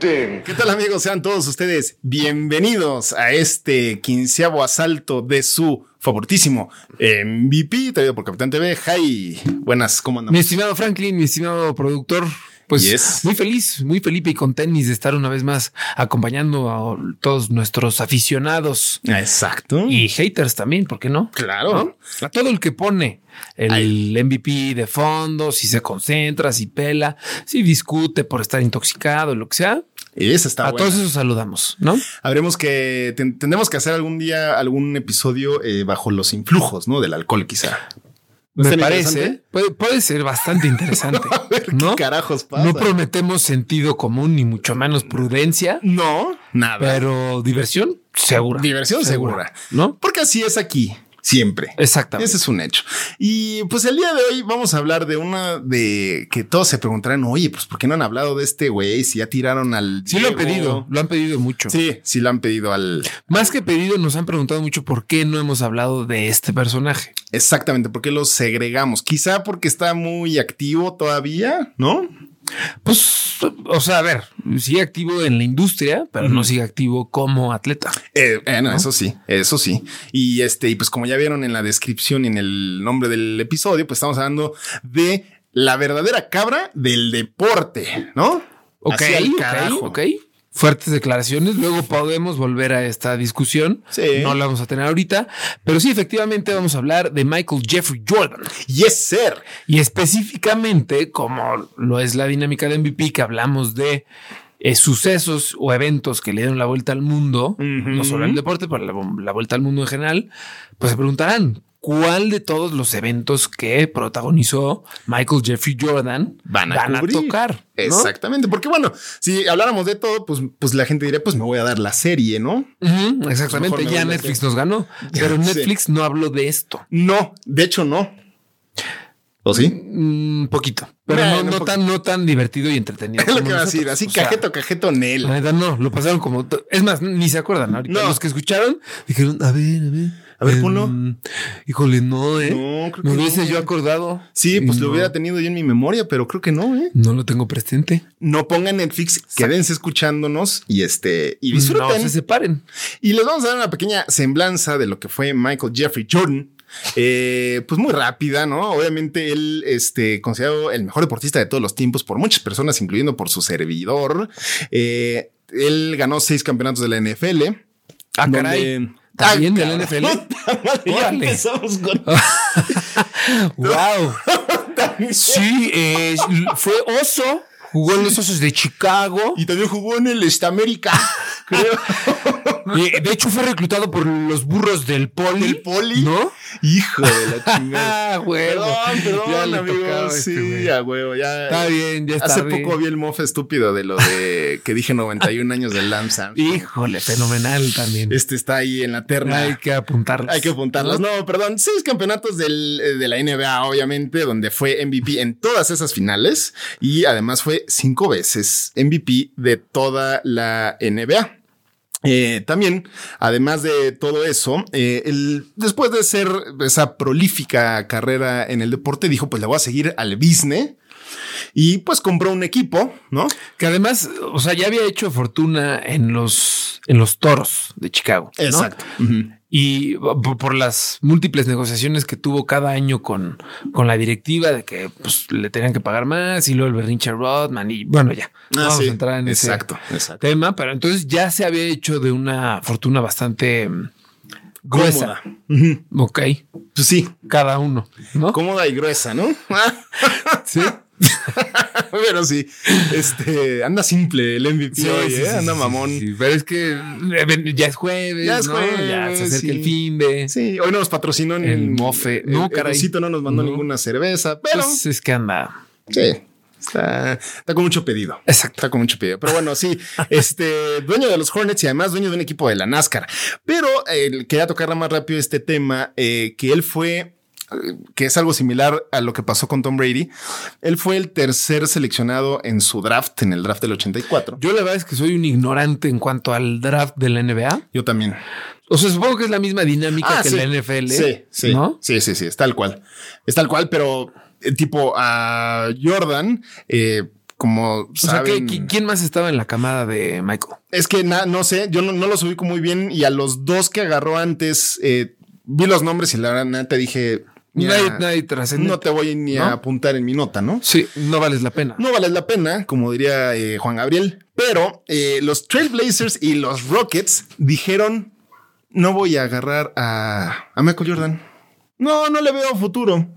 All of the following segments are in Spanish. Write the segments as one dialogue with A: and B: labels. A: ding.
B: ¿Qué tal amigos? Sean todos ustedes bienvenidos a este quinceavo asalto de su favoritísimo eh, MVP, traído por Capitán TV. Hi, buenas, ¿cómo
C: Mi
B: andamos?
C: estimado Franklin, mi estimado productor, pues
B: Yes.
C: muy feliz, muy Felipe y con tenis de estar una vez más acompañando a todos nuestros aficionados
B: Exacto.
C: y haters también, ¿por qué no?
B: Mm. claro.
C: A todo el que pone el
B: Ay.
C: MVP de fondo, si se concentra, si pela, si discute por estar intoxicado, lo que sea,
B: Esa está
C: a
B: buena.
C: todos esos saludamos, ¿no?
B: Habremos que ten- tendremos que hacer algún día algún episodio eh, bajo los influjos, ¿no? Del alcohol, quizá. ¿No
C: Me
B: está
C: parece,
B: interesante?
C: puede, puede ser bastante interesante,
B: ¿Qué
C: ¿no?
B: carajos pasa?
C: No prometemos sentido común ni mucho menos prudencia.
B: No, nada.
C: Pero diversión segura.
B: Diversión segura.
C: ¿No?
B: Porque así es aquí, siempre.
C: Exactamente.
B: Ese es un hecho. Y pues el día de hoy vamos a hablar de una de que todos se preguntarán, oye, pues ¿por qué no han hablado de este güey? Si ya tiraron al...
C: Sí lo han
B: Diego".
C: pedido, lo han pedido mucho.
B: Sí, sí lo han pedido al...
C: Más que pedido, nos han preguntado mucho por qué no hemos hablado de este personaje.
B: Exactamente, porque lo segregamos. Quizá porque está muy activo todavía, ¿no?
C: Pues, o sea, a ver, sigue activo en la industria, pero no sigue activo como atleta.
B: Eh, bueno, eso sí, eso sí. Y este, y pues como ya vieron en la descripción y en el nombre del episodio, pues estamos hablando de la verdadera cabra del deporte, ¿no?
C: Ok,
B: Así al
C: ok,
B: carajo.
C: ok. Fuertes declaraciones. Luego podemos volver a esta discusión.
B: Sí.
C: No la vamos a tener ahorita, pero sí, efectivamente, vamos a hablar de Michael Jeffrey Jordan.
B: Yes, sir.
C: Y específicamente, como lo es la dinámica de MVP, que hablamos de eh, sucesos o eventos que le dieron la vuelta al mundo, no solo al deporte, pero la, la vuelta al mundo en general, pues se preguntarán cuál de todos los eventos que protagonizó Michael Jeffrey Jordan
B: Van a, cubrir.
C: tocar. ¿no?
B: Exactamente, porque bueno, si habláramos de todo, pues, pues la gente diría, pues me voy a dar la serie, ¿no?
C: Ujú, exactamente.
B: Mejor me
C: Ya
B: voy a
C: Netflix
B: hacer.
C: nos ganó, pero
B: Sí.
C: Netflix no habló de esto.
B: No, de hecho no. ¿O
C: Mm,
B: sí?
C: Un poquito, pero
B: Bueno,
C: no, no
B: poquito.
C: tan, no tan divertido y entretenido.
B: Es lo
C: como
B: que va a
C: nosotros.
B: decir, así
C: O sea,
B: cajeto, cajeto en él.
C: La neta, no, lo pasaron como. to- Es más, ni se acuerdan ahorita.
B: No.
C: Los que escucharon dijeron, a ver, a ver.
B: A ver,
C: em,
B: ponlo.
C: híjole, no, eh.
B: No, creo
C: Me
B: que
C: hubiese
B: no.
C: yo acordado.
B: Sí, pues lo
C: No,
B: hubiera tenido yo en mi memoria, pero creo que no, ¿eh?
C: No lo tengo presente.
B: No pongan Netflix, quédense escuchándonos y este y disfruten.
C: No se separen.
B: Y les vamos a dar una pequeña semblanza de lo que fue Michael Jeffrey Jordan. Eh, pues muy rápida, ¿no? Obviamente él, este, considerado el mejor deportista de todos los tiempos por muchas personas, incluyendo por su servidor. Eh, él ganó seis campeonatos de la NFL.
C: Ah,
B: donde-
C: caray. También
B: Ah,
C: de la NFL.
B: puta madre, ya
C: Órale.
B: empezamos con-
C: Wow. sí, eh, fue oso. Jugó en los osos de Chicago.
B: Y también jugó en el Este América,
C: Ah,
B: creo.
C: Eh, de hecho, fue reclutado por los burros del poli.
B: Del Poli.
C: ¿No?
B: Hijo de la chingada.
C: Ah, huevo.
B: Perdón, perdón,
C: Ya le
B: amigo.
C: tocaba este
B: sí,
C: güey.
B: a huevo, ya.
C: Está bien, ya está
B: Hace
C: bien.
B: poco vi el mofe estúpido de lo de que dije 91 años del Lamsa.
C: Híjole, fenomenal también. Ah,
B: Este está ahí en la terna.
C: Hay que apuntarlas.
B: Hay que apuntarlas. No, perdón. Seis campeonatos del, eh, de la NBA, obviamente, donde fue MVP en todas esas finales y además fue cinco veces MVP de toda la NBA. Eh, también, además de todo eso, eh, él, después de ser esa prolífica carrera en el deporte, dijo, pues le voy a seguir al business y pues compró un equipo, ¿no?
C: Que además, o sea, ya había hecho fortuna en los, en los toros de Chicago. ¿no?
B: Ujú.
C: Y por, por las múltiples negociaciones que tuvo cada año con, con la directiva de que pues, le tenían que pagar más y luego el berrinche Rodman y bueno, ya. No
B: Ah,
C: vamos
B: sí.
C: a entrar en ese
B: Exacto, exacto.
C: tema, pero entonces ya se había hecho de una fortuna bastante mm,
B: Cómoda.
C: gruesa.
B: Ujú.
C: Ok,
B: Pues sí,
C: cada uno, ¿no?
B: cómoda y gruesa, ¿no?
C: Sí.
B: Pero sí, este anda simple el MVP
C: Sí,
B: hoy,
C: sí,
B: ¿eh?
C: sí,
B: anda
C: sí,
B: mamón.
C: sí,
B: Sí,
C: sí. Pero es que eh, ven, ya es jueves.
B: Ya es
C: ¿no?
B: jueves,
C: Ya se acerca
B: sí.
C: el fin de.
B: hoy no nos patrocinó ni
C: El mofe.
B: No,
C: No,
B: el,
C: caray.
B: Rosito no nos mandó
C: No. Pues
B: ninguna cerveza, pero
C: Entonces es que anda.
B: sí. Está, está con mucho pedido.
C: Exacto.
B: Está con mucho pedido. Pero bueno, sí, este dueño de los Hornets y además dueño de un equipo de la NASCAR. Pero eh, quería tocarla más rápido este tema, eh, que él fue, eh, que es algo similar a lo que pasó con Tom Brady. Él fue el tercer seleccionado en su draft, en el draft del 84.
C: Yo la verdad es que soy un ignorante en cuanto al draft de la NBA.
B: Yo también.
C: O sea, supongo que es la misma dinámica
B: Ah,
C: que
B: sí.
C: la NFL.
B: Sí, sí,
C: ¿no?
B: sí, sí, sí, es tal cual. Es tal cual, pero eh, tipo a Jordan, eh, como
C: O sea, ¿qué-
B: saben-
C: qui- ¿quién más estaba en la camada de Michael?
B: Es que na- no sé, yo no, no los ubico muy bien y a los dos que agarró antes, eh, vi los nombres y la verdad neta, dije, mira,
C: Nadie, nadie trascendente.
B: no te voy ni a
C: ¿No?
B: apuntar en mi nota, ¿no?
C: Sí, no vales la pena.
B: No vale la pena, como diría eh, Juan Gabriel, pero eh, los Trailblazers y los Rockets dijeron, no voy a agarrar a, a Michael Jordan. No, no le veo futuro.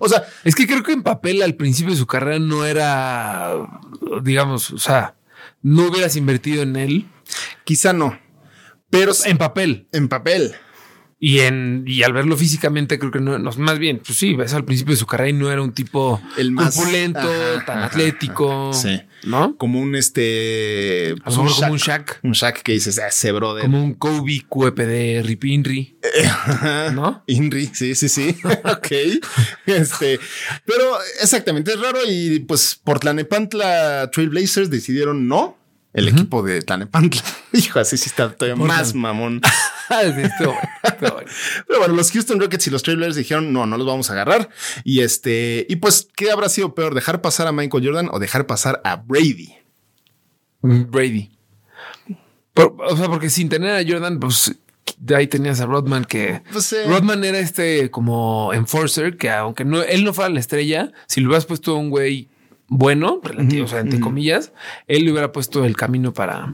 B: O sea,
C: Es que creo que en papel al principio de su carrera no era, digamos, o sea, no hubieras invertido en él
B: quizá no, pero s-
C: en papel
B: en papel.
C: y en y al verlo físicamente creo que no, no, más bien, pues sí, ves al principio de su carrera y no era un tipo
B: El más-
C: corpulento,
B: ajá,
C: tan
B: ajá,
C: atlético,
B: ajá, sí.
C: ¿no?
B: Como un este...
C: A lo mejor como un Shaq,
B: Un Shaq que dices, ah, ese brother.
C: como un Kobe QEPD Ripinri,
B: Eh,
C: ¿no?
B: Inri, sí, sí, sí. ok. Este, pero exactamente es raro. Y pues por Tlanepantla Trailblazers decidieron no. El equipo de Tlanepantla. Hijo, así sí está todavía más mamón.
C: Ah, Sí, estuvo bueno, estuvo bueno.
B: Pero bueno, los Houston Rockets y los Trailblazers dijeron no, no los vamos a agarrar. Y este, y pues, ¿qué habrá sido peor? ¿Dejar pasar a Michael Jordan o dejar pasar a Brady?
C: Brady. Por- o sea, porque sin tener a Jordan, pues de ahí tenías a Rodman que
B: Pues, eh.
C: Rodman era este como enforcer que aunque no él no fuera la estrella, si le hubieras puesto a un güey bueno, relativo, o sea, entre comillas, él le hubiera puesto el camino para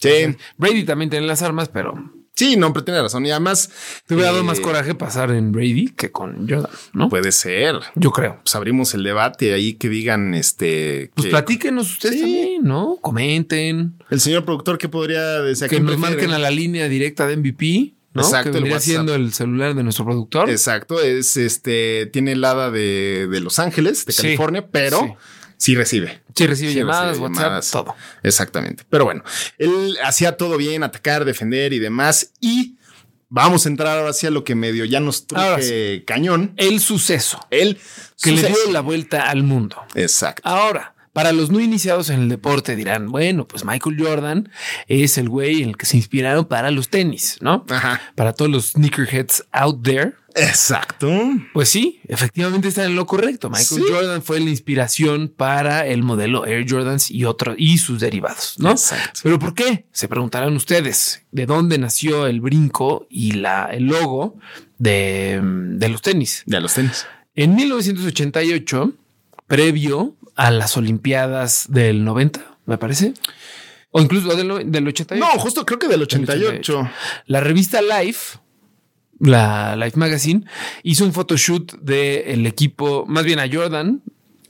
B: Sí,
C: Brady también tenía las armas, pero
B: sí, no, pero tiene razón. Y además,
C: te hubiera dado
B: eh, pues,
C: más coraje pasar en Brady que con Jordan, ¿no?
B: Puede ser.
C: Yo creo.
B: Pues abrimos el debate ahí que digan este.
C: Pues
B: que-
C: platíquenos ustedes
B: Sí.
C: también, ¿no? Comenten.
B: El señor productor que podría decir
C: que nos marquen a la línea directa de MVP, ¿no?
B: Exacto,
C: que
B: el
C: vendría
B: WhatsApp.
C: siendo el celular de nuestro productor.
B: Exacto, es este, tiene el hada de, de Los Ángeles, de
C: Sí.
B: California, pero
C: Sí.
B: sí, recibe.
C: Sí, recibe
B: Sí
C: llamadas,
B: recibe
C: WhatsApp,
B: llamadas.
C: todo.
B: Exactamente. Pero bueno, él hacía todo bien, atacar, defender y demás. Y vamos a entrar ahora sí a lo que medio ya nos
C: Ahora
B: truje cañón.
C: El suceso
B: Él
C: que le
B: suceso.
C: dio la vuelta al mundo.
B: Exacto.
C: Ahora, para los no iniciados en el deporte dirán, bueno, pues Michael Jordan es el güey en el que se inspiraron para los tenis, ¿no?
B: Ajá.
C: Para todos los sneakerheads out there.
B: Exacto.
C: Pues sí, efectivamente están en lo correcto. Michael
B: Sí.
C: Jordan fue la inspiración para el modelo Air Jordans y otros y sus derivados, ¿no?
B: Exacto.
C: Pero ¿por qué? Se preguntarán ustedes de dónde nació el brinco y la, el logo de, de los tenis.
B: Ya los tenis.
C: En 1988, previo a las Olimpiadas del 90, me parece, o incluso del, del 88.
B: No, justo creo que del 88.
C: La revista Life, la Life Magazine, hizo un photoshoot del equipo, más bien a Jordan,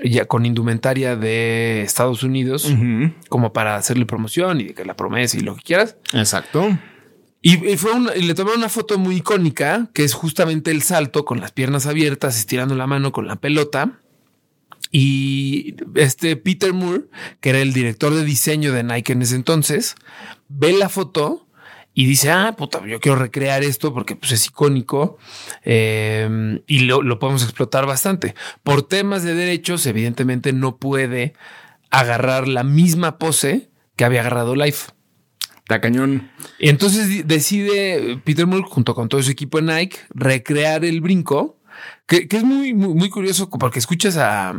C: ya con indumentaria de Estados Unidos, como para hacerle promoción y de que la promesa y lo que quieras.
B: Exacto.
C: Y, y fue una- y le tomaron una foto muy icónica, que es justamente el salto con las piernas abiertas, estirando la mano con la pelota. Y este Peter Moore, que era el director de diseño de Nike en ese entonces, ve la foto y dice, ah, puta, yo quiero recrear esto porque pues, es icónico eh, y lo, lo podemos explotar bastante. Por temas de derechos, evidentemente no puede agarrar la misma pose que había agarrado Life.
B: Está cañón.
C: Y entonces di- decide Peter Moore junto con todo su equipo en Nike recrear el brinco, que, que es muy, muy, muy curioso porque escuchas a...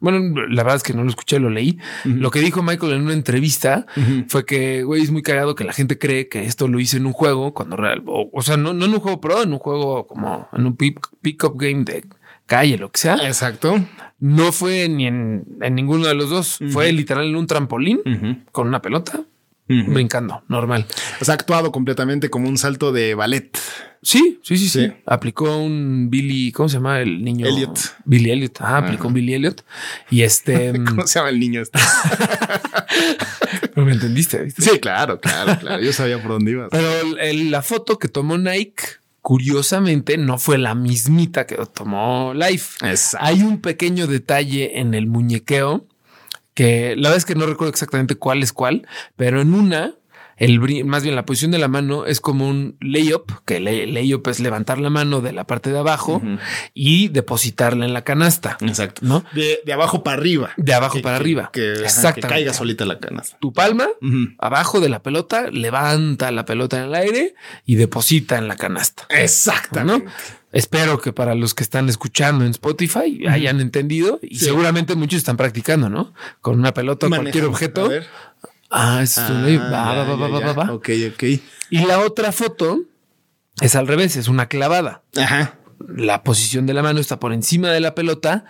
C: Bueno, la verdad es que no lo escuché, lo leí. Lo que dijo Michael en una entrevista fue que, güey, es muy cagado que la gente cree que esto lo hice en un juego cuando real, o, o sea, no, no en un juego pro, en un juego como en un pick- pick-up game de calle, lo que sea.
B: Exacto.
C: No fue ni en, en ninguno de los dos. Fue literal en un trampolín con una pelota brincando normal.
B: O sea, ha actuado completamente como un salto de ballet.
C: Sí, sí, sí, sí,
B: Sí.
C: Aplicó un Billy, ¿cómo se llama el niño?
B: Elliot.
C: Billy Elliot. Ah, aplicó un Billy Elliot. Y este.
B: ¿Cómo se llama el niño este?
C: no me entendiste, ¿viste?
B: Sí, claro, claro, claro. Yo sabía por dónde ibas.
C: Pero el- el- la foto que tomó Nike, curiosamente, no fue la mismita que tomó Life.
B: Exacto.
C: Hay un pequeño detalle en el muñequeo que la verdad es que no recuerdo exactamente cuál es cuál, pero en una, el brin- más bien la posición de la mano es como un layup, que lay- layup es levantar la mano de la parte de abajo y depositarla en la canasta.
B: Exacto.
C: ¿No?
B: De, de abajo para arriba.
C: De abajo
B: Que-
C: para
B: que-
C: arriba.
B: Que, ajá, que
C: Exactamente.
B: caiga solita la canasta.
C: Tu palma
B: Ujú.
C: abajo de la pelota, levanta la pelota en el aire y deposita en la canasta.
B: Exactamente.
C: ¿no? Espero que para los que están escuchando en Spotify hayan entendido y
B: Sí.
C: seguramente muchos están practicando, ¿no? Con una pelota o cualquier
B: Maneja- a
C: objeto.
B: ver.
C: Ah, es un
B: Ah,
C: layup. Va,
B: ya,
C: va, va,
B: ya,
C: va,
B: ya.
C: va, va.
B: Ok, ok.
C: Y la otra foto es al revés, es una clavada.
B: Ajá.
C: La posición de la mano está por encima de la pelota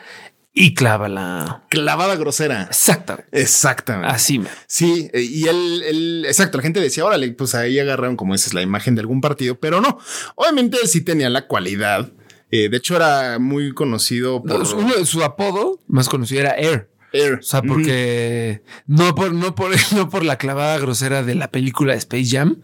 C: y clava la.
B: Clavada grosera.
C: Exacta.
B: Exactamente.
C: Así. mero.
B: Sí, eh, y él, él- exacto, la gente decía, órale, pues ahí agarraron como esa es la imagen de algún partido, pero no, obviamente él sí tenía la cualidad, eh, de hecho era muy conocido por...
C: Su- uno de su apodo más conocido era Air.
B: Air.
C: O sea, porque no por, no por, no por la clavada grosera de la película Space Jam,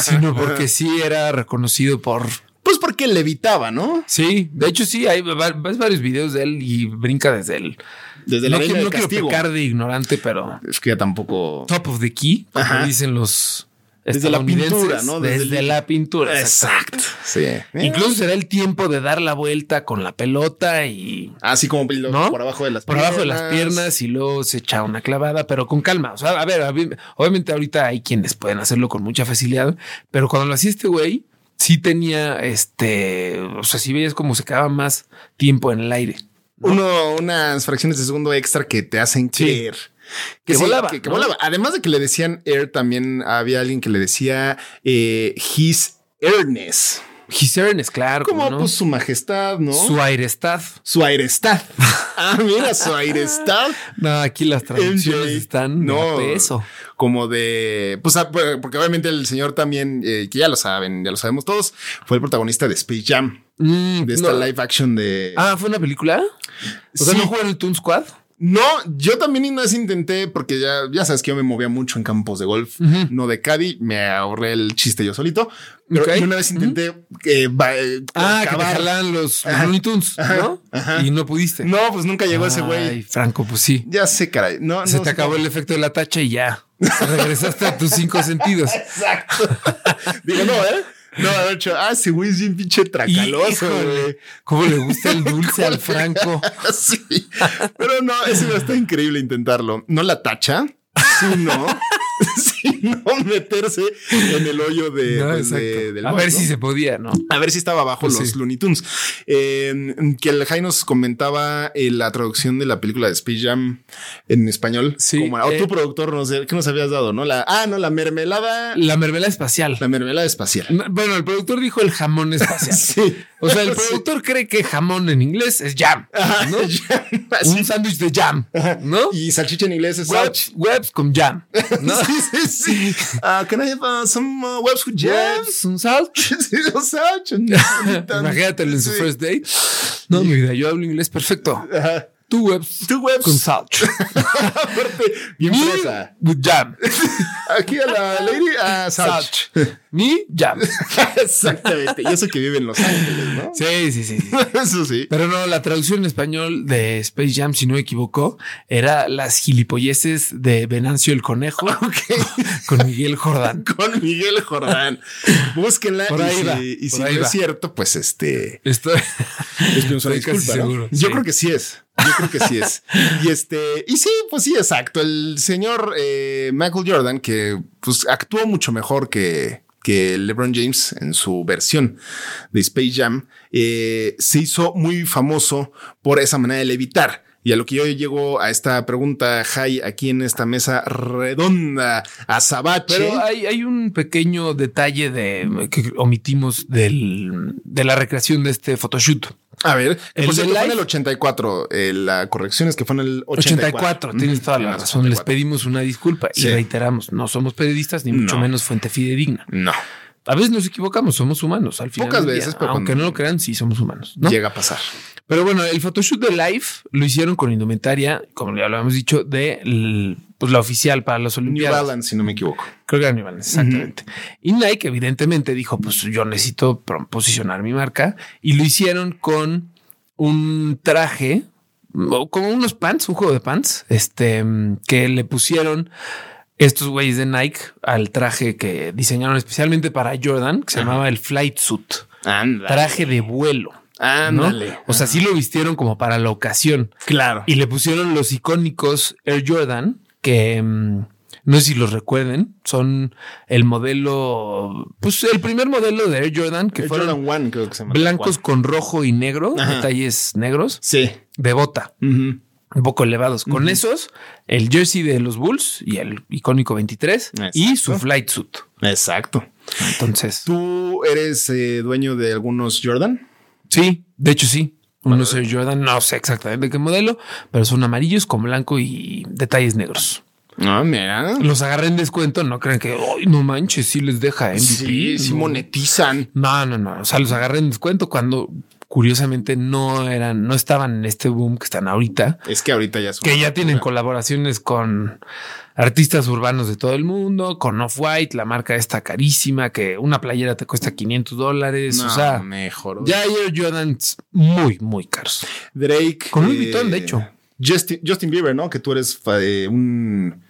C: sino porque sí era reconocido por.
B: Pues porque levitaba, ¿no?
C: Sí, de hecho, sí, hay va- ves varios videos de él y brinca desde él.
B: Desde la
C: No,
B: arena
C: que-
B: del
C: no quiero
B: castigo.
C: pecar de ignorante, pero
B: Es que ya tampoco...
C: top of the key, como
B: Ajá.
C: dicen los.
B: Desde la
C: estadounidenses,
B: pintura, ¿no?
C: Desde,
B: Desde el-
C: la pintura. exacto.
B: Exacto. Sí.
C: Incluso se da el tiempo de dar la vuelta con la pelota y
B: Así como lo-
C: ¿no?
B: por abajo de las
C: Por abajo de las piernas y luego se echa una clavada, pero con calma. O sea, a ver, a mí- obviamente ahorita hay quienes pueden hacerlo con mucha facilidad, pero cuando lo hacía este güey, sí tenía este. O sea, si veías como se quedaba más tiempo en el aire.
B: Uno, unas fracciones de segundo extra que te hacen
C: Sí.
B: creer.
C: Que volaba,
B: Que, que
C: ¿no?
B: volaba. Además de que le decían air, también había alguien que le decía eh, his airness.
C: His earnest, claro.
B: Como
C: ¿no?
B: pues su majestad, ¿no?
C: su airestad.
B: Su airestad. ah, mira, su airestad.
C: No, aquí las traducciones
B: MJ.
C: están no. eso.
B: Como de. Pues, ah, pues, porque obviamente el señor también, eh, que ya lo saben, ya lo sabemos todos, fue el protagonista de Space Jam, de esta live action de.
C: Mm, Ah, fue una película. O sea,
B: Sí.
C: no jugaron el Toon Squad.
B: No, yo también una vez intenté, porque ya, ya sabes que yo me movía mucho en campos de golf,
C: Ujú.
B: no de Caddy, me ahorré el chiste yo solito. Pero
C: Ok.
B: yo una vez intenté eh, ba- eh,
C: Ah, que te
B: acabar.
C: jalan los Looney Tunes, ¿no? Y no pudiste.
B: No, pues nunca llegó ese
C: Ay,
B: güey.
C: Franco, pues sí.
B: Ya sé, caray. No,
C: Se
B: Ah, no
C: te acabó el efecto de la tacha y ya. Regresaste a tus cinco sentidos.
B: Exacto. Digo, no, ¿eh? No, de hecho, ah, ese güey es bien pinche
C: Y,
B: tracaloso,
C: híjole,
B: güey.
C: ¿Cómo le gusta el dulce al Franco?
B: Sí. Pero no, eso no está increíble intentarlo. No la tacha, sino, sino meterse en el hoyo de,
C: No,
B: pues, de-
C: exacto.
B: del
C: a
B: gol,
C: ver
B: ¿no?
C: si se podía, ¿no?
B: A ver si estaba abajo
C: Pues
B: los
C: sí.
B: Looney Tunes. Eh, que el Jai nos comentaba eh, la traducción de la película de Space Jam en español.
C: Sí,
B: Como, o
C: eh.
B: tu productor, no sé, ¿qué nos habías dado? No, la, ah, no, la mermelada,
C: La mermelada espacial.
B: la mermelada espacial.
C: No, Bueno, el productor dijo el jamón espacial.
B: Sí.
C: O sea, el
B: Sí.
C: productor cree que jamón en inglés es jam,
B: Ajá,
C: ¿no?
B: ya,
C: Un
B: así.
C: sándwich de jam, ¿no?
B: Y salchicha en inglés es
C: Webs,
B: salch.
C: webs con jam, ¿no?
B: Sí, sí, sí. Ah, can I have uh, some uh, webs with jams?
C: Webs, un salch.
B: Sí, o salch.
C: Imagínatelo en su
B: Sí.
C: first date. No, mi vida, yo hablo inglés perfecto.
B: Ajá.
C: Two webs.
B: Two webs.
C: Con salch.
B: Aparte, bien
C: Me
B: fresa.
C: with jam.
B: Aquí a la lady, ah, salch.
C: Salch. Mi jam.
B: Exactamente. Y eso que vive en Los Ángeles, ¿no?
C: Sí, sí, sí, sí.
B: Eso sí.
C: Pero no, la traducción en español de Space Jam, si no me equivoco, era las gilipolleces de Venancio el Conejo con Miguel Jordán.
B: Con Miguel Jordán. Búsquenla.
C: Por ahí
B: y
C: va,
B: si, y si
C: por
B: no
C: ahí
B: es
C: va.
B: cierto, pues este.
C: Estoy,
B: Estoy
C: estoy casi seguro.
B: Yo
C: sí.
B: creo que sí es. Yo creo que sí es. Y este, y sí, pues sí, exacto. El señor eh, Michael Jordan, que pues actuó mucho mejor que, que LeBron James en su versión de Space Jam, eh, se hizo muy famoso por esa manera de levitar. Y a lo que yo llego a esta pregunta, Jai, aquí en esta mesa redonda, a Sabache.
C: Pero hay, hay un pequeño detalle de que omitimos del, de la recreación de este photoshoot.
B: a ver, el,
C: el
B: por
C: de
B: cierto, fue en
C: Life-
B: el 84. eh, la corrección es que fue en el 84.
C: 84, tienes toda la
B: Ujú,
C: razón. Les pedimos una disculpa
B: Sí.
C: y reiteramos, no somos periodistas ni mucho
B: No.
C: menos fuente fidedigna.
B: No.
C: A veces nos equivocamos, somos humanos al final.
B: Pocas
C: del día.
B: veces, pero
C: aunque
B: cuando-
C: no lo crean, sí somos humanos. ¿no?
B: Llega a pasar.
C: Pero bueno, el photoshoot de Life lo hicieron con indumentaria, como ya lo habíamos dicho, de l- pues, la oficial para las
B: New
C: Olimpiadas.
B: Balance, si no me equivoco.
C: Creo que era New Balance, exactamente. Y Nike, evidentemente, dijo: Pues yo necesito pro- posicionar mi marca y lo hicieron con un traje o como unos pants, un juego de pants, este, mm, que le pusieron estos güeyes de Nike al traje que diseñaron especialmente para Jordan, que se llamaba el Flight Suit,
B: Ándale.
C: traje de vuelo. ¿no?
B: Ándale.
C: O sea, sí lo vistieron como para la ocasión.
B: Claro.
C: Y le pusieron los icónicos Air Jordan, que mm, no sé si los recuerden, son el modelo, pues el primer modelo de Air Jordan, que
B: El
C: fueron
B: Eh, Jordan One, creo que se llama.
C: blancos con rojo y negro,
B: Ajá.
C: detalles negros,
B: Sí.
C: de bota,
B: Ujú.
C: un poco elevados. Con esos, el jersey de los Bulls y el icónico 23 y su
B: Exacto.
C: flight suit.
B: Exacto.
C: Entonces,
B: ¿Tú eres eh, dueño de algunos Jordan?
C: sí, de hecho sí. Unos Air Jordan, no sé exactamente qué modelo, pero son amarillos con blanco y detalles negros.
B: No, Ah, mira.
C: Los agarré en descuento, no crean que, "Ay, no manches, sí les deja MVP.
B: Sí, sí
C: No.
B: monetizan.
C: No, no, no. O sea, los agarré en descuento cuando curiosamente no eran, no estaban en este boom que están ahorita,
B: Es que ahorita ya son.
C: que ya tienen colaboraciones con artistas urbanos de todo el mundo, con Off-White, la marca esta carísima, que una playera te cuesta 500 dólares.
B: No,
C: o sea,
B: mejor.
C: ya hay Air Jordans muy, muy caros.
B: Drake. eh,
C: Con Louis Vuitton, de hecho.
B: Justin, Justin Bieber, ¿no? Que tú eres fa- eh, un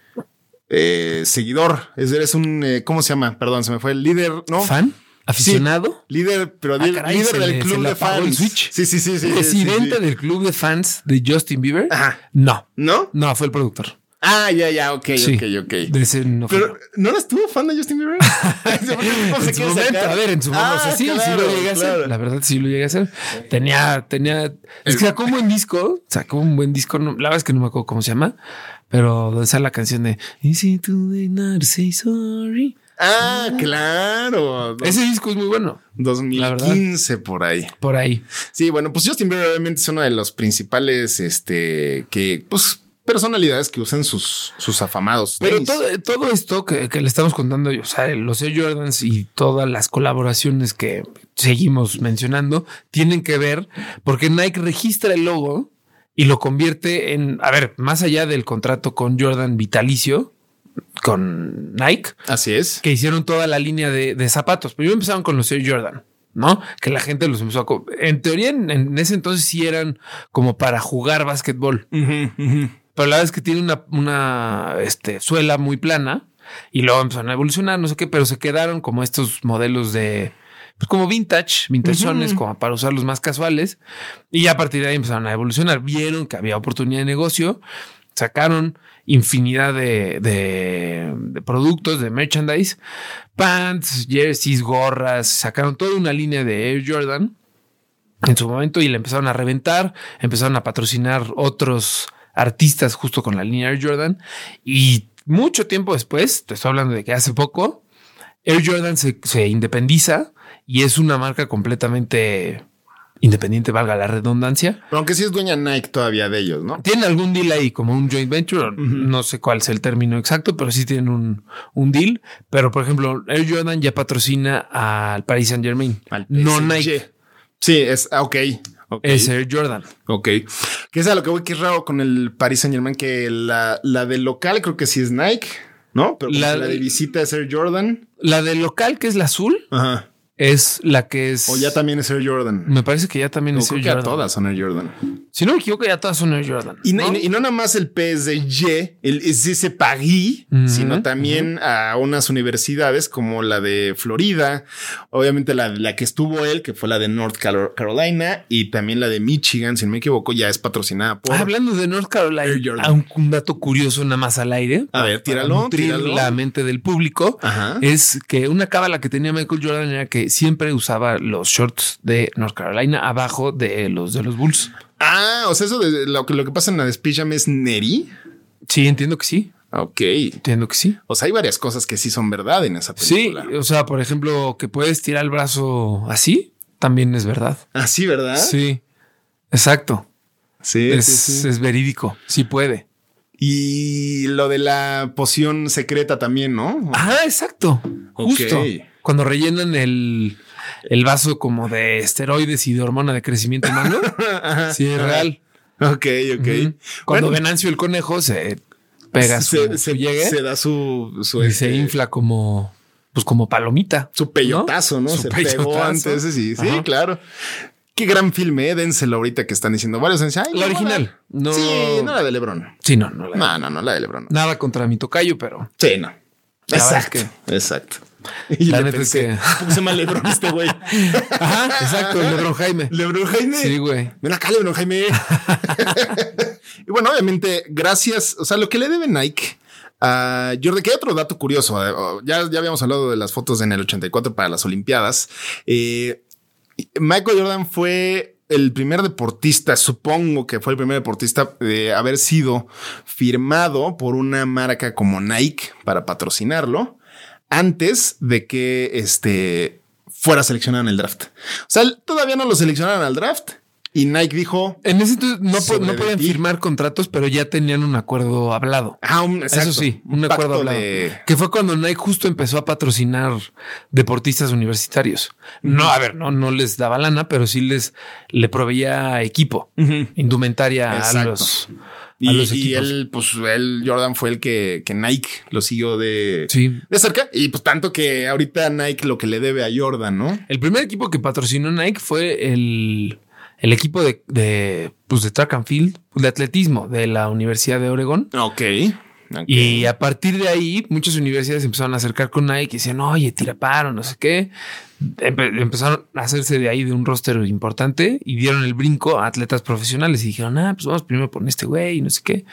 B: eh, seguidor. Es- Eres un. eh, ¿Cómo se llama? Perdón, se me fue el líder, ¿no?
C: ¿Fan? ¿Aficionado? Ah,
B: Líder, pero di-
C: caray,
B: líder
C: se
B: del
C: le- se
B: club de
C: le apagó el
B: fans.
C: switch.
B: Sí, sí, sí, sí. sí,
C: ¿Presidente
B: sí, sí.
C: del club de fans de Justin Bieber?
B: Ajá.
C: No,
B: ¿No?
C: no, fue el productor.
B: Ah, ya, ya, ok,
C: Sí.
B: ok, ok.
C: De ese no fui
B: Pero,
C: yo.
B: ¿no eras tú fan de Justin Bieber?
C: en su momento, a ver, en su momento, o
B: Ah,
C: sea, sí, sí lo llegué a hacer. La verdad, sí lo llegué a hacer. Tenía, tenía, es que sacó un buen disco, sacó un buen disco. no- la verdad es que no me acuerdo cómo se llama, pero donde sale la canción de Is it too late now to say sorry?
B: Ah, claro. Dos-
C: Ese disco es muy bueno
B: 2015 por ahí.
C: por ahí.
B: Sí, bueno, pues Justin Bieber obviamente es uno de los principales, este, que, pues, personalidades que usan sus, sus afamados.
C: Pero
B: tenis.
C: todo, todo esto que, que le estamos contando, o sea, los Air Jordans y todas las colaboraciones que seguimos mencionando tienen que ver porque Nike registra el logo y lo convierte en, a ver, más allá del contrato con Jordan vitalicio, con Nike,
B: Así es.
C: que hicieron toda la línea de, de zapatos. Primero empezaron con los Air Jordan, ¿no? Que la gente los empezó a... co- En teoría, en, en ese entonces sí eran como para jugar básquetbol. Pero la verdad es que tiene una, una este, suela muy plana y luego empezaron a evolucionar, no sé qué, pero se quedaron como estos modelos de... Pues como vintage, vintage como para usarlos más casuales. Y ya a partir de ahí empezaron a evolucionar. Vieron que había oportunidad de negocio sacaron infinidad de, de- de productos, de merchandise, pants, jerseys, gorras, sacaron toda una línea de Air Jordan en su momento y la empezaron a reventar, empezaron a patrocinar otros artistas justo con la línea Air Jordan y mucho tiempo después, te estoy hablando de que hace poco, Air Jordan se, se independiza y es una marca completamente independiente, valga la redundancia,
B: Pero aunque sí es dueña Nike todavía de ellos, ¿no?
C: tienen algún deal ahí, como un joint venture, no sé cuál es el término exacto, pero sí tienen un, un deal. Pero, por ejemplo, Air Jordan ya patrocina al Paris Saint Germain,
B: Al
C: no
B: PSG.
C: Nike,
B: Sí, es, ah, ok. ok.
C: es Air Jordan.
B: Ok. Que es a lo que voy, que es raro con el Paris Saint Germain, que la, la de local creo que sí es Nike, ¿no? Pero
C: La-
B: la, de visita es Air Jordan.
C: La del local, que es la azul,
B: Ajá.
C: es la que es.
B: O ya también es Air Jordan.
C: Me parece que ya también
B: No,
C: es
B: creo
C: Air
B: que a
C: Jordan.
B: todas son Air Jordan.
C: Si no me equivoco, ya todas son Air Jordan.
B: Y,
C: ¿no?
B: no- y no- y no nada más el PSG, el ese Paris,
C: Ujú,
B: sino también a unas universidades como la de Florida, obviamente la, la que estuvo él, que fue la de North Caro- Carolina, y también la de Michigan, si no me equivoco, ya es patrocinada por...
C: Ah, Hablando de North Carolina,
B: Air Jordan.
C: a un, un dato curioso nada más al aire.
B: A ver, tíralo,
C: nutrir
B: tíralo.
C: la mente del público
B: Ajá.
C: es que una cábala que tenía Michael Jordan era que siempre usaba los shorts de North Carolina abajo de los de los Bulls.
B: Ah, o sea, eso de lo que, lo que pasa en la de Space Jam es Neri.
C: Sí, entiendo que sí.
B: Ok.
C: Entiendo que sí.
B: O sea, hay varias cosas que sí son verdad en esa
C: Sí, eh,
B: película.
C: o sea, por ejemplo, que puedes tirar el brazo así, también es verdad.
B: Ah, sí, ¿verdad?
C: Sí, exacto.
B: Sí,
C: es,
B: sí, sí.
C: es verídico. Sí puede.
B: Y lo de la poción secreta también, ¿no?
C: Ah, exacto. Justo.
B: Ok.
C: Cuando rellenan el, el vaso como de esteroides y de hormona de crecimiento humano. sí, es real.
B: Ok, ok.
C: Ujú. Cuando
B: Bueno, pues,
C: Venancio el conejo se pega su,
B: se,
C: su
B: se-
C: llegue
B: se da su, su,
C: y
B: este,
C: se infla como pues como palomita.
B: su peyotazo, ¿no?
C: Su
B: se
C: peyotazo.
B: pegó antes. Sí, sí,
C: Ajá.
B: claro. Qué gran filme, eh. dénselo ahorita que están diciendo varios. Dicen, "Ay,
C: La
B: no,
C: original. No.
B: Sí, no la de Lebron.
C: Sí, no, no. la-
B: No, no, no, la de Lebron. no.
C: Nada contra mi tocayo, pero
B: Sí, no.
C: La verdad es
B: Exacto. Exacto. Y
C: La
B: le
C: neta es
B: pensé,
C: que-
B: puse mal Lebron este güey.
C: Ajá, exacto, el Lebron Jaime.
B: Lebron Jaime.
C: Sí, güey.
B: Ven acá, Lebron Jaime. y bueno, obviamente, gracias. O sea, lo que le debe Nike a Jordan, que hay otro dato curioso. eh, oh, Ya, ya habíamos hablado de las fotos en el 84 para las Olimpiadas. Eh, Michael Jordan fue el primer deportista, supongo que fue el primer deportista de haber sido firmado por una marca como Nike para patrocinarlo antes de que este fuera seleccionado en el draft. O sea, todavía no lo seleccionaron al draft y Nike dijo,
C: En ese entonces no, po-
B: Sobre
C: no
B: de
C: podían
B: ti.
C: firmar contratos, pero ya tenían un acuerdo hablado.
B: ah, un- exacto,
C: Eso sí, un
B: pacto
C: acuerdo hablado.
B: de-
C: Que fue cuando Nike justo empezó a patrocinar deportistas universitarios. No, a ver, no, no les daba lana, pero sí les le proveía equipo, indumentaria a
B: Exacto.
C: los, a
B: Y,
C: los
B: y
C: equipos.
B: él, pues él, Jordan fue el que, que Nike lo siguió de,
C: Sí.
B: de cerca. Y pues tanto que ahorita Nike lo que le debe a Jordan, ¿no?
C: El primer equipo que patrocinó Nike fue el, el equipo de, de, pues, de track and field, de atletismo de la Universidad de Oregón.
B: Ok.
C: Y a partir de ahí, muchas universidades empezaron a acercar con Nike y decían, oye, tira paro, no sé qué. Empe- empezaron a hacerse de ahí de un roster importante y dieron el brinco a atletas profesionales y dijeron, ah, pues vamos primero por este güey y no sé qué.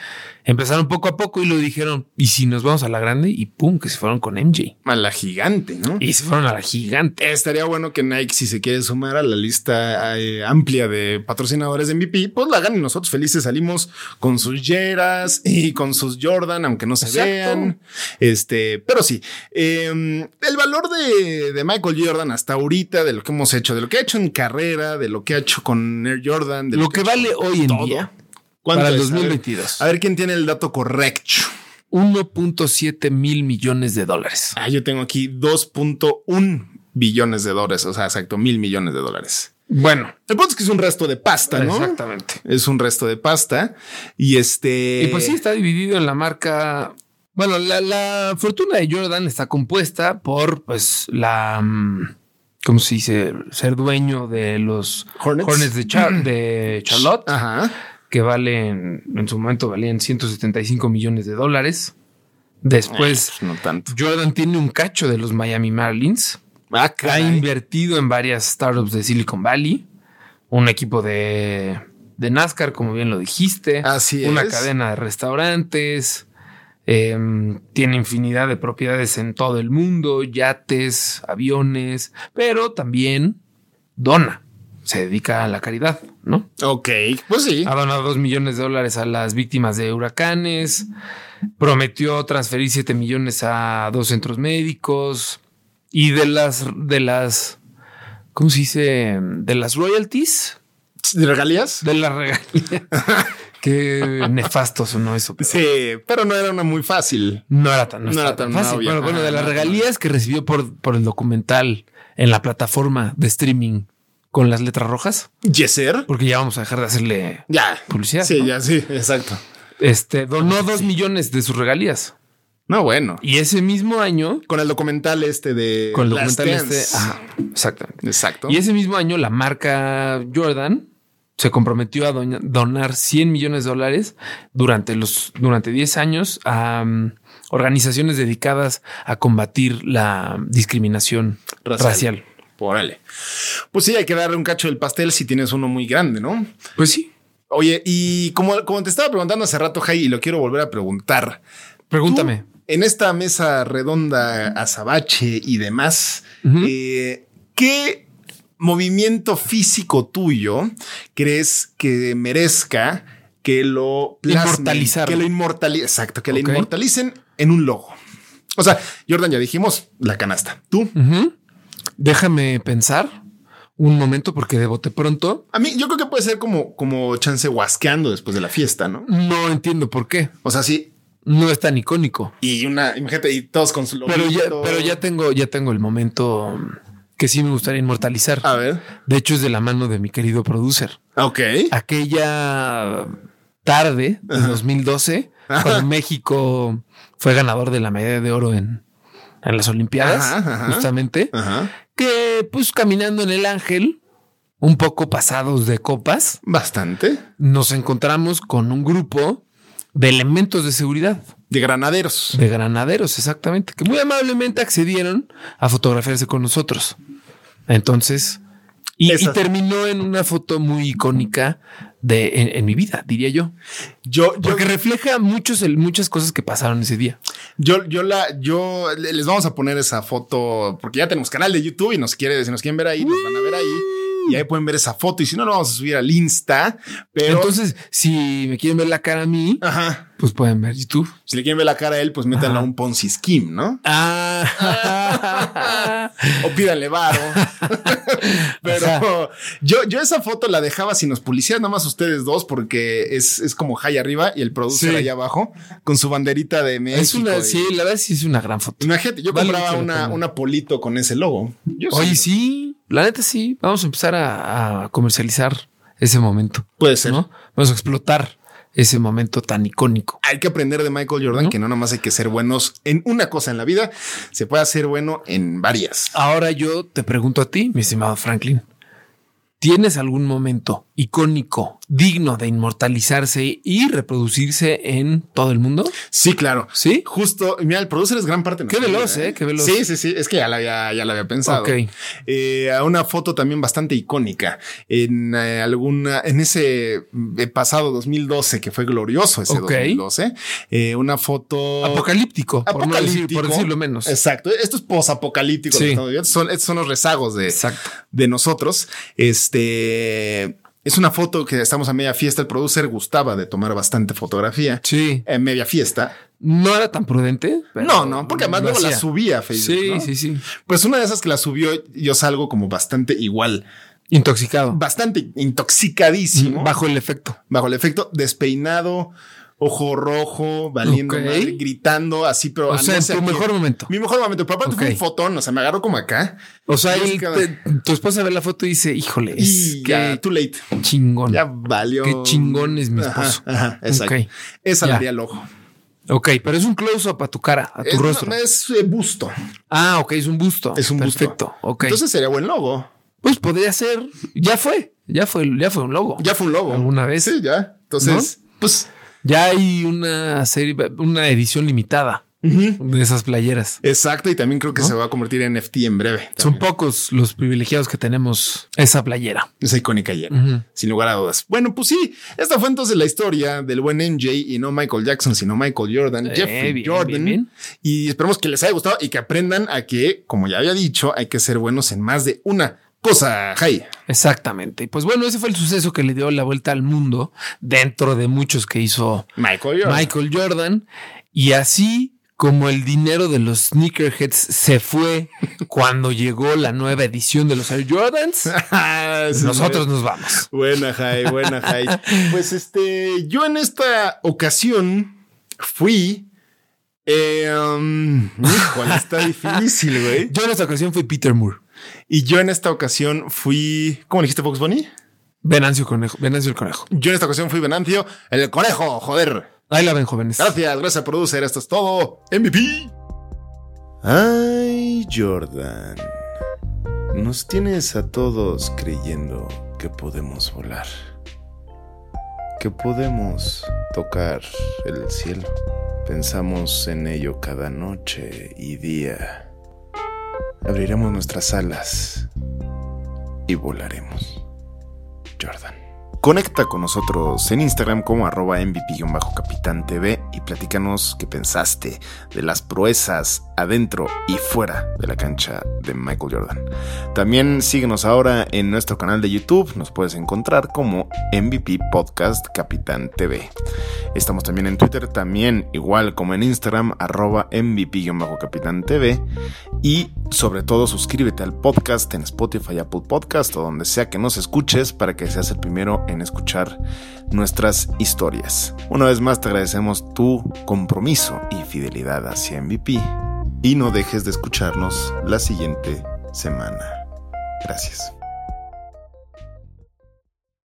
C: Empezaron poco a poco y lo dijeron, y si nos vamos a la grande y pum, que se fueron con MJ.
B: a la gigante, ¿no?
C: Y se fueron a la gigante.
B: Estaría bueno que Nike, si se quiere sumar a la lista eh, amplia de patrocinadores de MVP, pues la hagan y nosotros felices salimos con sus Yeras y con sus Jordan, aunque no se
C: Exacto.
B: vean. Este, pero sí, eh, el valor de, de Michael Jordan hasta ahorita, de lo que hemos hecho, de lo que ha hecho en carrera, de lo que ha hecho con Air Jordan, de
C: Lo que vale hoy en
B: Todo.
C: día,
B: ¿cuánto
C: para el
B: es? A ver,
C: 2022.
B: A ver, quién tiene el dato correcto.
C: 1.7 mil millones de dólares.
B: Ah, yo tengo aquí 2.1 billones de dólares, o sea, exacto, mil millones de dólares.
C: Bueno,
B: El punto es que es un resto de pasta, ¿no?
C: exactamente.
B: Es un resto de pasta. Y este.
C: Y pues sí, está dividido en la marca. Bueno, la, la fortuna de Jordan está compuesta por, pues, la. mm, ¿Cómo se dice? Ser dueño de los
B: Hornets.
C: de, Char- de Charlotte,
B: Ajá.
C: que valen, en su momento valían 175 millones de dólares. Después,
B: Eh, pues No tanto.
C: Jordan tiene un cacho de los Miami Marlins.
B: Ah,
C: Ha invertido en varias startups de Silicon Valley, un equipo de, de NASCAR, como bien lo dijiste.
B: Así
C: Una
B: es.
C: cadena de restaurantes. em, tiene infinidad de propiedades en todo el mundo, yates, aviones, pero también dona. Se dedica a la caridad, ¿no?
B: Ok. Pues sí.
C: Ha donado 2 millones de dólares a las víctimas de huracanes. Prometió transferir 7 millones a dos centros médicos. Y de las, de las, ¿cómo se dice? De las royalties,
B: ¿De regalías?
C: de las regalías. Qué nefasto sonó eso. pero
B: Sí, pero no era una muy fácil.
C: No era tan,
B: No
C: estaba
B: era tan
C: fácil.
B: obvio.
C: Bueno, bueno, de
B: Ajá,
C: las
B: no, no.
C: regalías que recibió por, por el documental en la plataforma de streaming con las letras rojas,
B: ¿Yeser?
C: porque ya vamos a dejar de hacerle
B: Ya.
C: publicidad.
B: Sí,
C: ¿no?
B: ya, sí, exacto.
C: Este donó dos millones de sus regalías.
B: No, bueno.
C: Y ese mismo año,
B: Con el documental este de.
C: con el
B: Last
C: documental este,
B: Dance.
C: ajá, exactamente.
B: Exacto.
C: Y ese mismo año, la marca Jordan se comprometió a doña- donar 100 millones de dólares durante los durante 10 años a mm, organizaciones dedicadas a combatir la discriminación
B: Racial.
C: racial.
B: Órale. Pues sí, hay que darle un cacho del pastel si tienes uno muy grande, ¿no?
C: Pues sí.
B: Oye, y como, como te estaba preguntando hace rato, Jai, y lo quiero volver a preguntar.
C: Pregúntame.
B: Tú, en esta mesa redonda, azabache y demás,
C: Ujú.
B: eh, ¿qué movimiento físico tuyo crees que merezca que lo plasmen,
C: Inmortalizar.
B: Que lo inmortalicen. Exacto, que
C: Ok.
B: lo inmortalicen en un logo. O sea, Jordan, ya dijimos la canasta. Tú.
C: Ujú. Déjame pensar un momento porque de bote pronto
B: A mí, yo creo que puede ser como, como chance huasqueando después de la fiesta, ¿no?
C: no entiendo por qué.
B: O sea, sí.
C: No es tan icónico.
B: Y una, imagínate, y todos con su logo.
C: Pero ya, pero ya tengo, ya tengo el momento que sí me gustaría inmortalizar.
B: A ver.
C: De hecho, es de la mano de mi querido producer.
B: Ok.
C: Aquella tarde de 2012, cuando México fue ganador de la medalla de oro en, en las Olimpiadas,
B: Ajá, ajá.
C: justamente,
B: Ajá.
C: que pues caminando en el ángel, un poco pasados de copas,
B: Bastante.
C: nos encontramos con un grupo de elementos de seguridad,
B: De granaderos.
C: de granaderos, exactamente, que muy amablemente accedieron a fotografiarse con nosotros. Entonces, y, y
B: Esas-
C: terminó en una foto muy icónica de en, en mi vida, diría yo,
B: Yo, yo,
C: porque refleja muchos, el- muchas cosas que pasaron ese día.
B: yo, yo la, yo le- les vamos a poner esa foto porque ya tenemos canal de YouTube y nos quiere, si nos quieren ver ahí, nos van a ver ahí y ahí pueden ver esa foto. Y si no, lo vamos a subir al Insta, pero
C: Entonces, si me quieren ver la cara a mí,
B: ajá.
C: pues pueden ver YouTube.
B: Si le quieren ver la cara a él, pues métanla a un Ponzi Scheme, ¿no?
C: Ah,
B: O pídanle varo. Pero
C: Ajá.
B: yo, yo esa foto la dejaba sin los policías, nada más ustedes dos, porque es, es como high arriba y el producer
C: Sí.
B: allá abajo con su banderita de México.
C: es una,
B: y-
C: sí, la verdad sí es una gran foto.
B: Imagínate, yo
C: Vale
B: compraba
C: mucho la
B: una,
C: pena.
B: una polito con ese logo. Yo
C: Oye,
B: sí.
C: sí, la neta sí. Vamos a empezar a, a comercializar ese momento.
B: Puede ser.
C: ¿no? Vamos a explotar ese momento tan icónico.
B: Hay que aprender de Michael Jordan
C: ¿No?
B: que no nomás hay que ser buenos en una cosa en la vida, se puede ser bueno en varias.
C: Ahora yo te pregunto a ti, mi estimado Franklin. ¿Tienes algún momento icónico, digno de inmortalizarse y reproducirse en todo el mundo?
B: Sí, claro.
C: ¿Sí?
B: Justo, mira, el producer es gran parte. de
C: Qué
B: nuestra
C: veloz,
B: vida,
C: ¿eh? Qué veloz.
B: Sí, sí, sí. Es que ya la había, ya la había pensado.
C: Ok.
B: Eh, a una foto también bastante icónica en eh, alguna, en ese eh, pasado 2012 que fue glorioso ese
C: Ok.
B: 2012. eh, una foto
C: Apocalíptico, por, no decir- por decirlo menos.
B: Exacto. Esto es posapocalíptico.
C: Sí.
B: lo que estamos viviendo. Son, estos son los rezagos de,
C: Exacto.
B: de nosotros. Este es una foto que estamos a media fiesta. El producer gustaba de tomar bastante fotografía
C: Sí.
B: en media fiesta.
C: No era tan prudente. pero
B: no, no, porque además
C: lo
B: luego la
C: hacía.
B: subía a Facebook.
C: Sí,
B: ¿no?
C: sí, sí.
B: Pues una de esas que la subió, yo salgo como bastante igual,
C: Intoxicado. Mm,
B: bastante intoxicadísimo, bajo,
C: Bajo el efecto.
B: bajo el efecto, despeinado, ojo rojo, valiendo
C: Ok.
B: madre, gritando así, pero
C: O
B: a
C: sea, en
B: ser
C: tu
B: que-
C: mejor momento.
B: Mi mejor momento, pero aparte
C: Ok.
B: fue un fotón, o sea, me agarró como acá.
C: O sea,
B: Y es
C: él-
B: que-
C: te- tu esposa ve la foto y dice, híjole, es
B: y
C: que
B: ya, too late.
C: chingón.
B: Ya valió.
C: Qué chingón es mi
B: Ajá,
C: esposo.
B: Ajá, exacto.
C: Ok.
B: Esa
C: Ya.
B: la haría al ojo.
C: Ok, pero es un close-up a tu cara, a tu
B: es,
C: rostro.
B: no, es eh, busto.
C: Ah, ok, es un busto.
B: Es un
C: Perfecto.
B: busto.
C: Ok.
B: Entonces sería buen logo.
C: pues podría ser. Ya fue. Ya fue, ya fue un logo.
B: Ya fue un logo.
C: ¿Alguna vez?
B: Sí, ya. Entonces, pues
C: Ya hay una serie, una edición limitada de esas playeras.
B: exacto. Y también creo que se va a convertir en NFT en breve.
C: Son
B: también.
C: pocos los privilegiados que tenemos esa playera.
B: Esa icónica ayer, sin lugar a dudas. Bueno, pues sí, esta fue entonces la historia del buen MJ y no Michael Jackson, sino Michael Jordan,
C: Eh,
B: Jeffrey
C: bien,
B: Jordan.
C: bien, bien.
B: Y esperemos que les haya gustado y que aprendan a que, como ya había dicho, hay que ser buenos en más de una cosa. Jai.
C: Exactamente. Y pues bueno, ese fue el suceso que le dio la vuelta al mundo dentro de muchos que hizo
B: Michael Jordan.
C: Michael Jordan. Y así como el dinero de los sneakerheads se fue cuando llegó la nueva edición de los Air Jordans,
B: Esa es
C: nosotros nos vamos.
B: Buena, Jai, buena, Jai. Pues este, yo en esta ocasión fui. Eh, um, híjole, está difícil, güey.
C: Yo en esta ocasión fui Peter Moore.
B: Y yo en esta ocasión fui. ¿Cómo le dijiste, Fox Bunny?
C: Venancio Conejo. Venancio el Conejo.
B: Yo en esta ocasión fui Venancio, el conejo, joder.
C: Ahí la ven, jóvenes.
B: Gracias, gracias, producer. Esto es todo. MVP.
D: Ay, Jordan. Nos tienes a todos creyendo que podemos volar. Que podemos tocar el cielo. Pensamos en ello cada noche y día. Abriremos nuestras alas y volaremos. Jordan.
B: Conecta con nosotros en Instagram como arroba MVP-Capitán TV y platícanos qué pensaste de las proezas adentro y fuera de la cancha de Michael Jordan. También síguenos ahora en nuestro canal de YouTube, nos puedes encontrar como MVP Podcast Capitán TV. Estamos también en Twitter, también igual como en Instagram arroba MVP-Capitán TV. Y sobre todo suscríbete al podcast en Spotify, Apple Podcast o donde sea que nos escuches para que seas el primero en escuchar nuestras historias. Una vez más te agradecemos tu compromiso y fidelidad hacia MVP y no dejes de escucharnos la siguiente semana. Gracias.